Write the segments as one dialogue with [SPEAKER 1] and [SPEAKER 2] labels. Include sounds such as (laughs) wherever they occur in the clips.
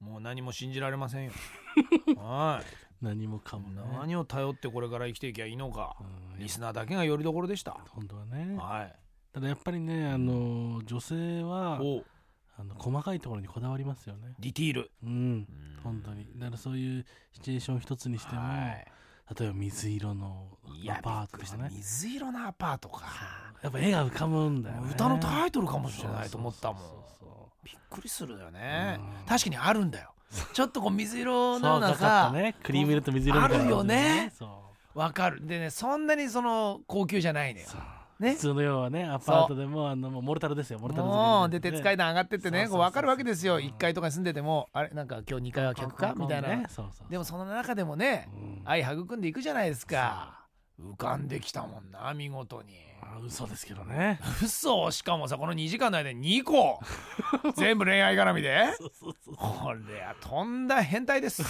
[SPEAKER 1] もう何も信じられま
[SPEAKER 2] (laughs)
[SPEAKER 1] せんよはい
[SPEAKER 2] 何もかもね
[SPEAKER 1] 何を頼ってこれから生きていけばいいのか
[SPEAKER 2] うん
[SPEAKER 1] リスナーだけがよりどころでした
[SPEAKER 2] 本当はね
[SPEAKER 1] はい
[SPEAKER 2] ただやっぱりねあの女性は
[SPEAKER 1] お
[SPEAKER 2] あの細かいところにこだわりますよね
[SPEAKER 1] ディティール
[SPEAKER 2] うん
[SPEAKER 1] うん
[SPEAKER 2] 本当にだからそういうシチュエーション一つにしても
[SPEAKER 1] はい
[SPEAKER 2] 例えば水色の
[SPEAKER 1] いや
[SPEAKER 2] アパー
[SPEAKER 1] び
[SPEAKER 2] ト
[SPEAKER 1] っくりし
[SPEAKER 2] と
[SPEAKER 1] た
[SPEAKER 2] かね
[SPEAKER 1] 水色のアパートか
[SPEAKER 2] やっぱ絵が浮かぶんだよね
[SPEAKER 1] 歌のタイトルかもしれないと思ったもん
[SPEAKER 2] そうそうそう
[SPEAKER 1] びっくりするよね
[SPEAKER 2] うん
[SPEAKER 1] 確かにあるんだ
[SPEAKER 2] (laughs)
[SPEAKER 1] よちょっとこう水色
[SPEAKER 2] そ
[SPEAKER 1] の
[SPEAKER 2] う
[SPEAKER 1] な
[SPEAKER 2] か
[SPEAKER 1] ん
[SPEAKER 2] かっ
[SPEAKER 1] か
[SPEAKER 2] たねクリーム色と水色みたいな
[SPEAKER 1] あるよね
[SPEAKER 2] そう
[SPEAKER 1] わかるでねそんなにその高級じゃないのよ
[SPEAKER 2] そう
[SPEAKER 1] ね
[SPEAKER 2] 普通の要はねアパートでもあのもうモルタルですよモルタル漬け
[SPEAKER 1] もうで鉄階
[SPEAKER 2] だ
[SPEAKER 1] 段上がってってね
[SPEAKER 2] そうそうそうそう
[SPEAKER 1] こう分かるわけですよ1階とかに住んでてもあれなんか今日2階は客かみたいな
[SPEAKER 2] そうそう
[SPEAKER 1] でもその中でもね
[SPEAKER 2] うん
[SPEAKER 1] 愛育んでいくじゃないですか浮かんできたもんな見事に
[SPEAKER 2] あ嘘ですけどね
[SPEAKER 1] (laughs) 嘘しかもさこの2時間の間に2個
[SPEAKER 2] (laughs)
[SPEAKER 1] 全部恋愛絡みで
[SPEAKER 2] そうそうそう
[SPEAKER 1] これはとんだ変態
[SPEAKER 2] (laughs)
[SPEAKER 1] です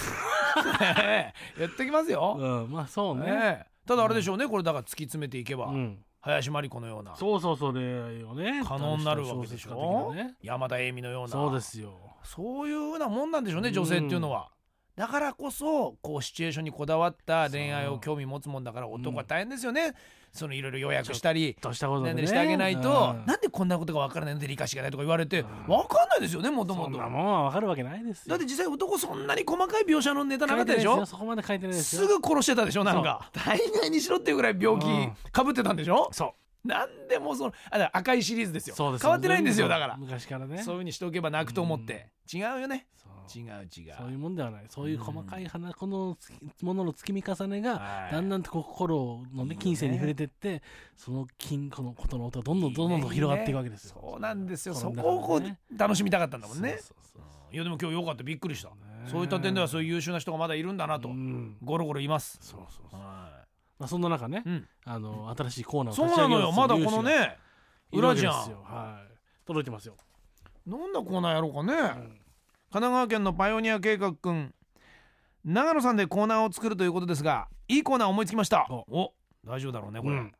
[SPEAKER 1] ねえ言っときますよ、
[SPEAKER 2] うんまあそうね
[SPEAKER 1] ねえただあれでしょうねこれだから突き詰めていけば、
[SPEAKER 2] うん
[SPEAKER 1] 林真理子のような
[SPEAKER 2] そうそうそれよね
[SPEAKER 1] 可能になるわけでしょ、
[SPEAKER 2] 小説家的なね
[SPEAKER 1] 山田栄美のような
[SPEAKER 2] そうですよ
[SPEAKER 1] そういうふうなもんなんでしょうね女性っていうのは。だからこそこうシチュエーションにこだわった恋愛を興味持つもんだから男は大変ですよね、そのいろいろ予約したり
[SPEAKER 2] ちょっとしたことで
[SPEAKER 1] 何
[SPEAKER 2] ね
[SPEAKER 1] 々してあげないと、
[SPEAKER 2] うん
[SPEAKER 1] なんでこんなことが分からないので理解しがないとか言われて、
[SPEAKER 2] うん
[SPEAKER 1] 分かんないですよねもとも
[SPEAKER 2] そん
[SPEAKER 1] と
[SPEAKER 2] なもんはわかるわけないです
[SPEAKER 1] だ
[SPEAKER 2] よ
[SPEAKER 1] って実際男そんなに細かい描写のネタなかったでし
[SPEAKER 2] 書いてない
[SPEAKER 1] ょ
[SPEAKER 2] すよそこまで書いてないです
[SPEAKER 1] す
[SPEAKER 2] よ
[SPEAKER 1] ぐ殺してたでしょなんか大概にしろっていうぐらい病
[SPEAKER 2] うん
[SPEAKER 1] 気かぶってたんでしょ、
[SPEAKER 2] そ
[SPEAKER 1] なんでもうそのあだから赤いシリーズです
[SPEAKER 2] う
[SPEAKER 1] よ
[SPEAKER 2] そうですよ
[SPEAKER 1] 変わってないんですよだから
[SPEAKER 2] 昔からね
[SPEAKER 1] そう
[SPEAKER 2] そ
[SPEAKER 1] いううふうにしておけば泣くと思って、違うよね違う違う
[SPEAKER 2] そういうもんではないそういう細か
[SPEAKER 1] う
[SPEAKER 2] い花このつきものの積み重ねが
[SPEAKER 1] はい
[SPEAKER 2] だんだんとこう心のね金銭に触れてってその金庫のことの音がどんどんどんどんどん広がっていくわけですよ
[SPEAKER 1] そうなんですよそ
[SPEAKER 2] の中
[SPEAKER 1] こをこ
[SPEAKER 2] でね
[SPEAKER 1] う楽しみたかったんだもんね
[SPEAKER 2] そうそうそう
[SPEAKER 1] いやでも今日よかったびっくりした
[SPEAKER 2] ね
[SPEAKER 1] そういった点ではそういう優秀な人がまだいるんだなと
[SPEAKER 2] うん
[SPEAKER 1] ゴロゴロいます
[SPEAKER 2] そうそうそう
[SPEAKER 1] は
[SPEAKER 2] まあそんな中ね
[SPEAKER 1] いうん
[SPEAKER 2] あの新しいコーナー
[SPEAKER 1] そう
[SPEAKER 2] を立ち上
[SPEAKER 1] な
[SPEAKER 2] げ
[SPEAKER 1] の
[SPEAKER 2] よ
[SPEAKER 1] よ
[SPEAKER 2] う
[SPEAKER 1] まだ
[SPEAKER 2] と
[SPEAKER 1] こ
[SPEAKER 2] する
[SPEAKER 1] のね
[SPEAKER 2] 有志がいるわ
[SPEAKER 1] 裏
[SPEAKER 2] け
[SPEAKER 1] じ
[SPEAKER 2] で
[SPEAKER 1] ゃ
[SPEAKER 2] すよ
[SPEAKER 1] ん
[SPEAKER 2] はい届いてますよ
[SPEAKER 1] なんだコーナーやろうかね
[SPEAKER 2] ん
[SPEAKER 1] 神奈川県のパイオニア計画くん長野さんでコーナーを作るということですがいいコーナー思いつきました
[SPEAKER 2] お
[SPEAKER 1] お大丈夫だろうねこ
[SPEAKER 2] う
[SPEAKER 1] れ
[SPEAKER 2] ん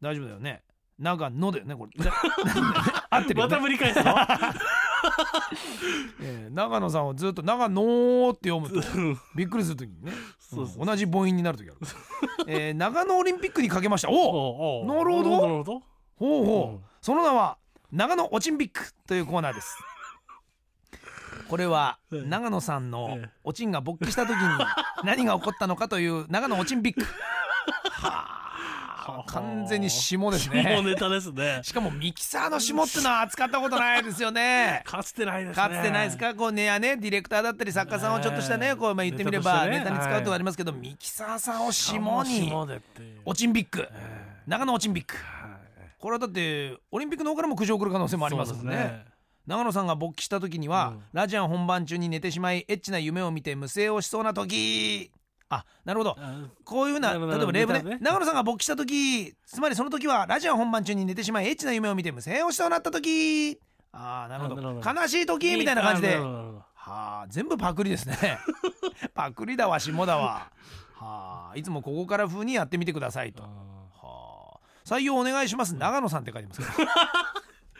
[SPEAKER 1] 大丈夫だよね長野だよ
[SPEAKER 2] (laughs)
[SPEAKER 1] ねこれ (laughs) 合ってるよ
[SPEAKER 2] ま
[SPEAKER 1] ね
[SPEAKER 2] たぶり返すの
[SPEAKER 1] えー長野さんをずっと長野って読む
[SPEAKER 2] (laughs)
[SPEAKER 1] とびっくりするときにね
[SPEAKER 2] そうそ
[SPEAKER 1] う
[SPEAKER 2] う
[SPEAKER 1] ん同じ母音になるときある、
[SPEAKER 2] (laughs)
[SPEAKER 1] えー長野オリンピックにかけましたお
[SPEAKER 2] お
[SPEAKER 1] う
[SPEAKER 2] おうおう
[SPEAKER 1] なるほど
[SPEAKER 2] なるほど
[SPEAKER 1] ほうほう、
[SPEAKER 2] うん
[SPEAKER 1] その名は長野オチンピックというコーナーですこれは
[SPEAKER 2] ええ
[SPEAKER 1] 長野さんの
[SPEAKER 2] ええ
[SPEAKER 1] おちんが勃起
[SPEAKER 2] (laughs)
[SPEAKER 1] したときに何が起こったのかという長野オチンピックはあ完全に霜です
[SPEAKER 2] もう
[SPEAKER 1] ね
[SPEAKER 2] ネタですね
[SPEAKER 1] しかもミキサーの霜ってのは扱ったことないですよね
[SPEAKER 2] かつて (laughs) ないですね
[SPEAKER 1] かつてないですかこうねやねディレクターだったり作家さんをちょっとした
[SPEAKER 2] え
[SPEAKER 1] ね
[SPEAKER 2] え
[SPEAKER 1] こうまあ言ってみればネ
[SPEAKER 2] ネ
[SPEAKER 1] タ
[SPEAKER 2] タとしてね
[SPEAKER 1] に使うとはありますけどミキサーさんを下に
[SPEAKER 2] 下でっていう
[SPEAKER 1] オチンビック
[SPEAKER 2] え
[SPEAKER 1] 長野オチンビック
[SPEAKER 2] えはい
[SPEAKER 1] これはだってオリンピックの方からも苦情来る可能性もありますもん
[SPEAKER 2] そうです
[SPEAKER 1] ね長野さんが勃起した時には、
[SPEAKER 2] うん
[SPEAKER 1] ラジアン本番中に寝てしまいエッチな夢を見て無声をしそうな時あなるほど
[SPEAKER 2] あ
[SPEAKER 1] こういうふうな
[SPEAKER 2] なるほど
[SPEAKER 1] 例えば例文ね
[SPEAKER 2] ネタね
[SPEAKER 1] 長野さんが勃起した時つまりその時はラジアン本番中に寝てしまいエッチな夢を見て無声をしそうになった時あーなるほ
[SPEAKER 2] なる
[SPEAKER 1] ど
[SPEAKER 2] ほど
[SPEAKER 1] 悲しい時みたいな感じで
[SPEAKER 2] なるほどなるほど
[SPEAKER 1] はあ全部パクリ
[SPEAKER 2] (laughs)
[SPEAKER 1] ですねパクリだわ下だわはあいつもここから風にやってみてくださいと、は
[SPEAKER 2] あ
[SPEAKER 1] あ、採用お願いします長野さんって書いてますけ
[SPEAKER 2] (laughs)
[SPEAKER 1] ど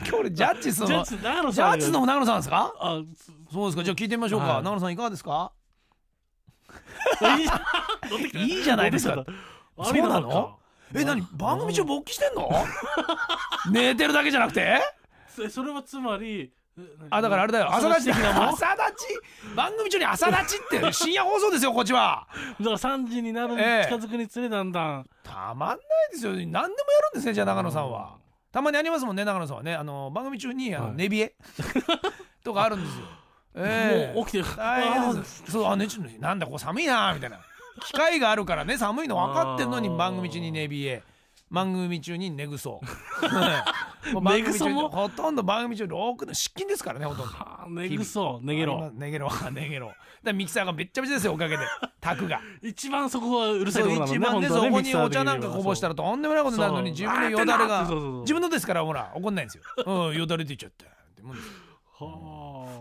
[SPEAKER 1] 今日俺ジャッジす
[SPEAKER 2] ー
[SPEAKER 1] る
[SPEAKER 2] ジャ
[SPEAKER 1] の
[SPEAKER 2] ッジ長野
[SPEAKER 1] ジ
[SPEAKER 2] さ
[SPEAKER 1] ャ
[SPEAKER 2] ん
[SPEAKER 1] ッジの長野さんですか
[SPEAKER 2] あす
[SPEAKER 1] そうですかじゃあ聞いてみましょうか、
[SPEAKER 2] はい
[SPEAKER 1] 長野さんいかがですか
[SPEAKER 2] いいじゃん乗ってきた
[SPEAKER 1] (laughs) いいじゃないですか
[SPEAKER 2] (laughs) 乗ってきた
[SPEAKER 1] そうなの
[SPEAKER 2] ありか
[SPEAKER 1] え何番組中勃起してんの寝てるだけじゃなくて
[SPEAKER 2] (laughs) そそれはつまりえ何
[SPEAKER 1] あだからあれだよ朝立ち
[SPEAKER 2] 的なものだか
[SPEAKER 1] 朝立ち番組中に朝立ち
[SPEAKER 2] (laughs)
[SPEAKER 1] って深夜放送ですよこっちは
[SPEAKER 2] ら3時になる
[SPEAKER 1] ええ
[SPEAKER 2] 近づくにつれだんだん
[SPEAKER 1] たまんないですよ何でもやるんですねじゃあ長野さんは、たまにありますもんね長野さんはねあの番組中にあの、
[SPEAKER 2] はい
[SPEAKER 1] 寝冷え (laughs) とかあるんですよええ
[SPEAKER 2] もう起きてる
[SPEAKER 1] 大変で
[SPEAKER 2] あ
[SPEAKER 1] すそうあ寝ちゃうのなんだこう寒いなみたいな機会があるからね寒いの分かってんのに
[SPEAKER 2] あー
[SPEAKER 1] 番組中に寝冷え番組中に寝ぐ
[SPEAKER 2] (laughs)
[SPEAKER 1] そう
[SPEAKER 2] 寝ぐそも
[SPEAKER 1] 番組中ほとんど番組中ロックの失禁ですからねほとんど
[SPEAKER 2] はあ寝ぐそ寝げろ
[SPEAKER 1] 寝げろ (laughs) 寝げろだからミキサーがべっちゃべちゃですよおかげでタクが
[SPEAKER 2] 一番そこはうるさい
[SPEAKER 1] そ
[SPEAKER 2] と
[SPEAKER 1] う
[SPEAKER 2] ころだも
[SPEAKER 1] 一
[SPEAKER 2] んね
[SPEAKER 1] 番ね
[SPEAKER 2] 本当
[SPEAKER 1] そこ
[SPEAKER 2] ミキ
[SPEAKER 1] に
[SPEAKER 2] サー
[SPEAKER 1] お
[SPEAKER 2] で言
[SPEAKER 1] 茶
[SPEAKER 2] えば
[SPEAKER 1] なんかこぼしたらとんでもないことになるのに自
[SPEAKER 2] そう
[SPEAKER 1] 分のよだれが
[SPEAKER 2] そうそうそう
[SPEAKER 1] 自分のですからほら怒んないんですよ、うん、よだれ出ちゃってってもんですよ
[SPEAKER 2] そうは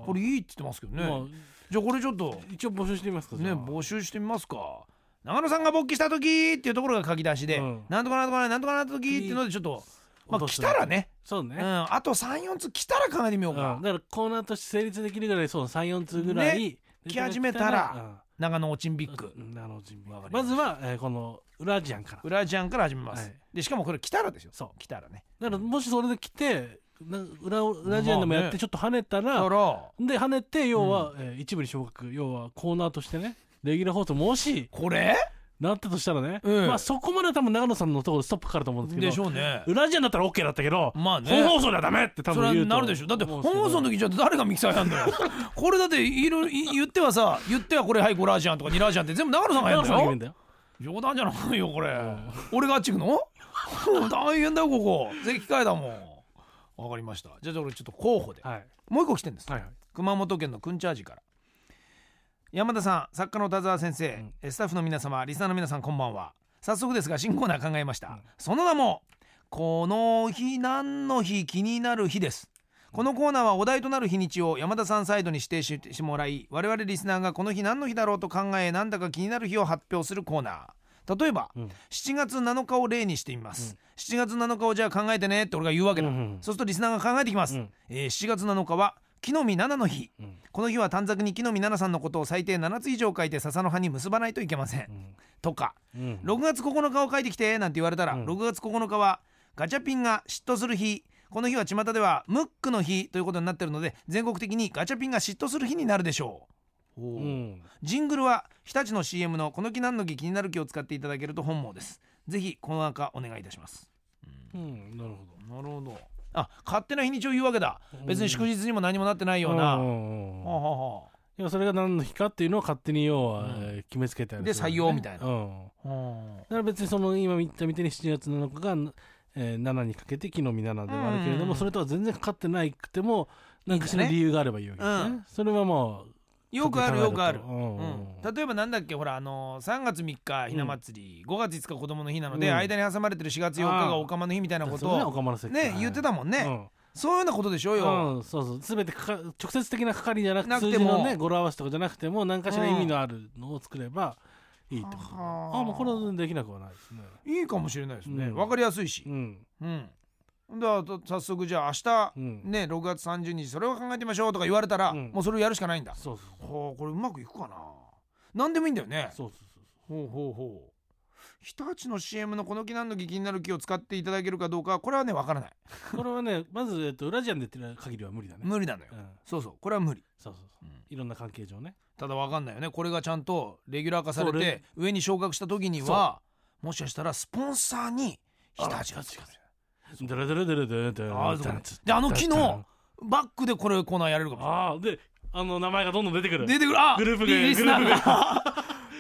[SPEAKER 2] あ
[SPEAKER 1] これいいって言ってますけどね、
[SPEAKER 2] ま
[SPEAKER 1] じゃあこれちょっと
[SPEAKER 2] あ一応募集してみますかじゃ
[SPEAKER 1] ね
[SPEAKER 2] あ
[SPEAKER 1] 募集してみますか長野さんが勃起した時っていうところが書き出しで、
[SPEAKER 2] うん
[SPEAKER 1] なんとかなんとかなんとかなんとか時っていうのでちょっとまあ
[SPEAKER 2] 落と
[SPEAKER 1] 来
[SPEAKER 2] す
[SPEAKER 1] たらね
[SPEAKER 2] そう
[SPEAKER 1] う
[SPEAKER 2] ね
[SPEAKER 1] ん、あと34つ来たら考えてみよ
[SPEAKER 2] う
[SPEAKER 1] うんか、
[SPEAKER 2] だからコーナーとして成立できるぐらいそう34通ぐらい
[SPEAKER 1] き始めたら長野オチンビック
[SPEAKER 2] うんなるほど準備
[SPEAKER 1] わかりま
[SPEAKER 2] ま
[SPEAKER 1] した
[SPEAKER 2] ずは、えーこのウラジアンから
[SPEAKER 1] ウラジャンから始めます、
[SPEAKER 2] はい
[SPEAKER 1] でしかもこれ来たらですよ
[SPEAKER 2] そ
[SPEAKER 1] 来たらね
[SPEAKER 2] だからもしそれで来てなウラウラジアンでもや
[SPEAKER 1] ま
[SPEAKER 2] っ
[SPEAKER 1] あね
[SPEAKER 2] てちょっと跳ねたら、
[SPEAKER 1] だから
[SPEAKER 2] で跳ねて要は、えー一部に昇格要はコーナーとしてねレギュラー放送もし
[SPEAKER 1] これ
[SPEAKER 2] なったとしたらね、
[SPEAKER 1] うん
[SPEAKER 2] まあそこまでは多分長野さんのところでストップかかると思うんですけど
[SPEAKER 1] でしょうね
[SPEAKER 2] ウラジアンだったら OK だったけど、
[SPEAKER 1] まあね
[SPEAKER 2] 本放送ではダメって多
[SPEAKER 1] それは
[SPEAKER 2] 分言うと
[SPEAKER 1] なるでしょだって
[SPEAKER 2] 思
[SPEAKER 1] 本
[SPEAKER 2] うんですけど
[SPEAKER 1] 放送の時じゃあ誰がミキサーやんだ
[SPEAKER 2] (laughs)
[SPEAKER 1] よこれだっていろいろい言ってはさ言ってはこれはい5ラジャンとか2ラジャンって全部長野さんがや
[SPEAKER 2] 長
[SPEAKER 1] る
[SPEAKER 2] 野
[SPEAKER 1] ん
[SPEAKER 2] さん
[SPEAKER 1] だ
[SPEAKER 2] が言う
[SPEAKER 1] よ
[SPEAKER 2] んだよ
[SPEAKER 1] 冗談じゃないよこれ俺があっち行くの (laughs) 大変だよここ正規会だもんわかりましたじゃあじゃあ俺ちょっと候補で
[SPEAKER 2] はい
[SPEAKER 1] もう一個来てんです
[SPEAKER 2] はいはい
[SPEAKER 1] 熊本県のくんちゃーじから山田さん作家の田沢先生
[SPEAKER 2] ん、
[SPEAKER 1] えスタッフの皆様リスナーの皆さんこんばんは早速ですが新コーナー考えました、
[SPEAKER 2] ん
[SPEAKER 1] その名も「この日何の日気になる日」ですこのコーナーはお題となる日にちを山田さんサイドに指定ししてもらい我々リスナーがこの日何の日だろうと考えなんだか気になる日を発表するコーナー例えば、
[SPEAKER 2] うん
[SPEAKER 1] 7月7日を例にしてみます、7月7日をじゃあ考えてねって俺が言うわけだ、
[SPEAKER 2] うんうん
[SPEAKER 1] そうするとリスナーが考えてきます、
[SPEAKER 2] うん
[SPEAKER 1] えー7月7日は木の実7の日、
[SPEAKER 2] うん
[SPEAKER 1] この日は短冊に木の実7さんのことを最低7つ以上書いて笹の葉に結ばないといけません、とか
[SPEAKER 2] うん
[SPEAKER 1] 6月9日を書いてきてなんて言われたら、
[SPEAKER 2] うん
[SPEAKER 1] 6月9日はガチャピンが嫉妬する日この日は巷ではムックの日ということになってるので全国的にガチャピンが嫉妬する日になるでしょう、お
[SPEAKER 2] う
[SPEAKER 1] ー
[SPEAKER 2] ん
[SPEAKER 1] ジングルは日立の CM の「この木何の木気になる木」を使っていただけると本望ですぜひこの中お願いいたします
[SPEAKER 2] うんなるほ
[SPEAKER 1] なるほどあ勝手な日にちを言うわけだ別に祝日にも何もなってない
[SPEAKER 2] ど
[SPEAKER 1] ような、
[SPEAKER 2] ん
[SPEAKER 1] はあ
[SPEAKER 2] んうん
[SPEAKER 1] はあはあ
[SPEAKER 2] 要はそれが何の日かっていうのを勝手に要は、
[SPEAKER 1] うん
[SPEAKER 2] えー決めつけたり
[SPEAKER 1] で採用みたいな
[SPEAKER 2] うん、だ
[SPEAKER 1] うん
[SPEAKER 2] から別にその今言ったみたいに7月7日が、えー、7にかけて木の実7でもある
[SPEAKER 1] う
[SPEAKER 2] けれど
[SPEAKER 1] んうんう
[SPEAKER 2] も
[SPEAKER 1] ん
[SPEAKER 2] それとは全然かかってないくても何かしら
[SPEAKER 1] いいんだね
[SPEAKER 2] 理由があればいいわけですね、
[SPEAKER 1] うん
[SPEAKER 2] それはもう
[SPEAKER 1] よくあるよくある
[SPEAKER 2] う、んうん
[SPEAKER 1] うん、例えばなんだっけほらあのー3月3日ひな祭り、5月5日子供の日なので、
[SPEAKER 2] うん
[SPEAKER 1] 間に挟まれてる4月4日がおかまの日みたいなこ
[SPEAKER 2] そ
[SPEAKER 1] と
[SPEAKER 2] うねお
[SPEAKER 1] を
[SPEAKER 2] かまの節句
[SPEAKER 1] ね
[SPEAKER 2] はい
[SPEAKER 1] 言ってたもんね、
[SPEAKER 2] うん
[SPEAKER 1] そういうようなことでしょうよ、
[SPEAKER 2] うん、そうそう全てかか直接的な係じゃなくて
[SPEAKER 1] なくても
[SPEAKER 2] 数字のね語呂合わせとかじゃなくても何かしら意味のあるのを作ればいいってことだ
[SPEAKER 1] はは
[SPEAKER 2] ああもうこれはできなくはないですね
[SPEAKER 1] いいかもしれないですね
[SPEAKER 2] うん
[SPEAKER 1] わ、かりやすいし
[SPEAKER 2] うん
[SPEAKER 1] うん、ではと早速じゃあ明日、
[SPEAKER 2] うん
[SPEAKER 1] ね6月30日それを考えてみましょうとか言われたら、
[SPEAKER 2] うん
[SPEAKER 1] もうそれをやるしかないんだ
[SPEAKER 2] そうそう
[SPEAKER 1] ほうこれうまくいくかな何でもいいんだよね
[SPEAKER 2] そうそうそう
[SPEAKER 1] ほうほうほう日立の CM のこの木何の木気になる木を使っていただけるかどうかはこれはねわからない
[SPEAKER 2] そうこれはねまず、えっと、ウラジアンで言ってる限りは無理だね
[SPEAKER 1] 無理なのよ
[SPEAKER 2] うん
[SPEAKER 1] そうそうこれは無理、
[SPEAKER 2] そうそうそういろんな関係上ね
[SPEAKER 1] ただわかんないよねこれがちゃんとレギュラー化され
[SPEAKER 2] そ
[SPEAKER 1] て
[SPEAKER 2] うレ
[SPEAKER 1] 上に昇格した時にはもしかしたらスポンサーに日立がつくかもしれない
[SPEAKER 2] ドロドロドロドロド
[SPEAKER 1] あ
[SPEAKER 2] ロ
[SPEAKER 1] ー
[SPEAKER 2] ド
[SPEAKER 1] そう
[SPEAKER 2] ロ
[SPEAKER 1] であの木の
[SPEAKER 2] あ
[SPEAKER 1] バックでこれコーナーやれるかもしれない
[SPEAKER 2] あーであの名前がどんどん出てくる
[SPEAKER 1] 出てくるあ
[SPEAKER 2] グループが
[SPEAKER 1] リスナーが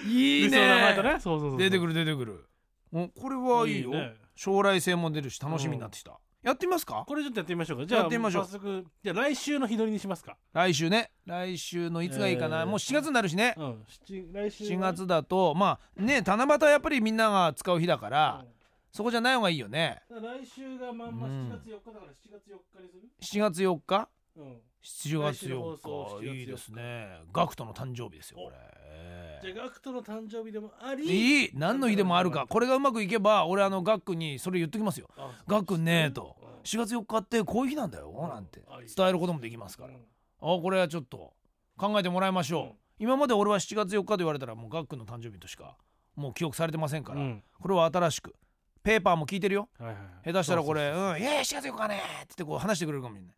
[SPEAKER 1] いい
[SPEAKER 2] リストの名前と
[SPEAKER 1] ね
[SPEAKER 2] ねそうそうそう
[SPEAKER 1] (laughs) 出てくる
[SPEAKER 2] る
[SPEAKER 1] 出てくるおこれはいいよ
[SPEAKER 2] いいね
[SPEAKER 1] 将来性も出るし楽しみになってきた、やってみますか
[SPEAKER 2] これちょっとやってみましょうかじゃあ
[SPEAKER 1] やってみましょう
[SPEAKER 2] 早速じゃあ来週の日取りにしますか
[SPEAKER 1] 来週ね来週のいつがいいかな、
[SPEAKER 2] えー
[SPEAKER 1] もう7月になるしね
[SPEAKER 2] うん七来週
[SPEAKER 1] 7月だとまあね七夕はやっぱりみんなが使う日だから、
[SPEAKER 2] うん
[SPEAKER 1] そこじゃない方がいいよね
[SPEAKER 2] だから来週がまんま
[SPEAKER 1] うん
[SPEAKER 2] 7月4日だから7月4日にする、
[SPEAKER 1] 7月4日
[SPEAKER 2] うん、
[SPEAKER 1] 7月
[SPEAKER 2] 来週の放送
[SPEAKER 1] 4日
[SPEAKER 2] 7月4日
[SPEAKER 1] いいですねガクトの誕生日ですよこれ
[SPEAKER 2] じゃあガクトの誕生日でもあり
[SPEAKER 1] いい何の日でもあるかこれがうまくいけば俺あのガックにそれ言っときますよ「
[SPEAKER 2] あ
[SPEAKER 1] ガックンね」と
[SPEAKER 2] うん
[SPEAKER 1] 「4月4日ってこういう日なんだよ」なんて
[SPEAKER 2] あいい
[SPEAKER 1] 伝えることもできますからあこれはちょっと考えてもらいましょう今まで俺は7月4日と言われたらもうガックンの誕生日としかもう記憶されてませんか
[SPEAKER 2] う
[SPEAKER 1] ら
[SPEAKER 2] ん
[SPEAKER 1] これは新しくペーパーも聞いてるよ
[SPEAKER 2] はいはい
[SPEAKER 1] 下手したらこ
[SPEAKER 2] そう
[SPEAKER 1] れ「うんいやいや4月4日ね」って言ってこう話してくれるかもしれない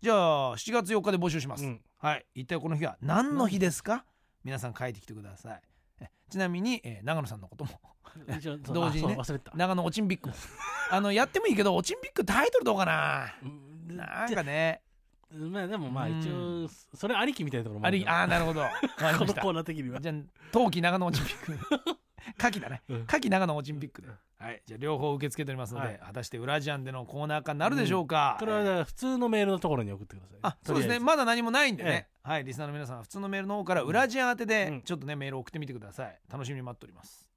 [SPEAKER 1] じゃあ7月4日で募集しま
[SPEAKER 2] そ
[SPEAKER 1] す
[SPEAKER 2] うそううん
[SPEAKER 1] はい、一体この日は何の日ですか皆さん書いてきてくださいえちなみに、えー長野さんのことも
[SPEAKER 2] 一応そう
[SPEAKER 1] 同時にね
[SPEAKER 2] あそう忘れてた
[SPEAKER 1] 長野オチンビ
[SPEAKER 2] (laughs)
[SPEAKER 1] ックもあのやってもいいけどオチンビックタイトルどうかな
[SPEAKER 2] うんで
[SPEAKER 1] なんかね
[SPEAKER 2] まあでもまあ
[SPEAKER 1] うん
[SPEAKER 2] 一応それありきみたいなところも
[SPEAKER 1] あ
[SPEAKER 2] る
[SPEAKER 1] りあーなるほどわかり
[SPEAKER 2] こ
[SPEAKER 1] ま
[SPEAKER 2] の
[SPEAKER 1] した
[SPEAKER 2] コーナー的には
[SPEAKER 1] じゃあ冬季長野オチンビッ
[SPEAKER 2] (laughs)
[SPEAKER 1] ク夏季だね
[SPEAKER 2] うん
[SPEAKER 1] 夏季長野オチンビックで、はい、じゃあ両方受け付けておりますので、
[SPEAKER 2] はい
[SPEAKER 1] 果たしてウラジアンでのコーナー化になるでしょうか、
[SPEAKER 2] これはだから普通のメールのところに送ってください
[SPEAKER 1] あそうですね
[SPEAKER 2] とりあ
[SPEAKER 1] まだ何もないんでね、はいリスナーの皆さんは普通のメールの方からウラジアン宛て
[SPEAKER 2] う
[SPEAKER 1] で
[SPEAKER 2] ん
[SPEAKER 1] ちょっとねメールを送ってみてください楽しみに待っております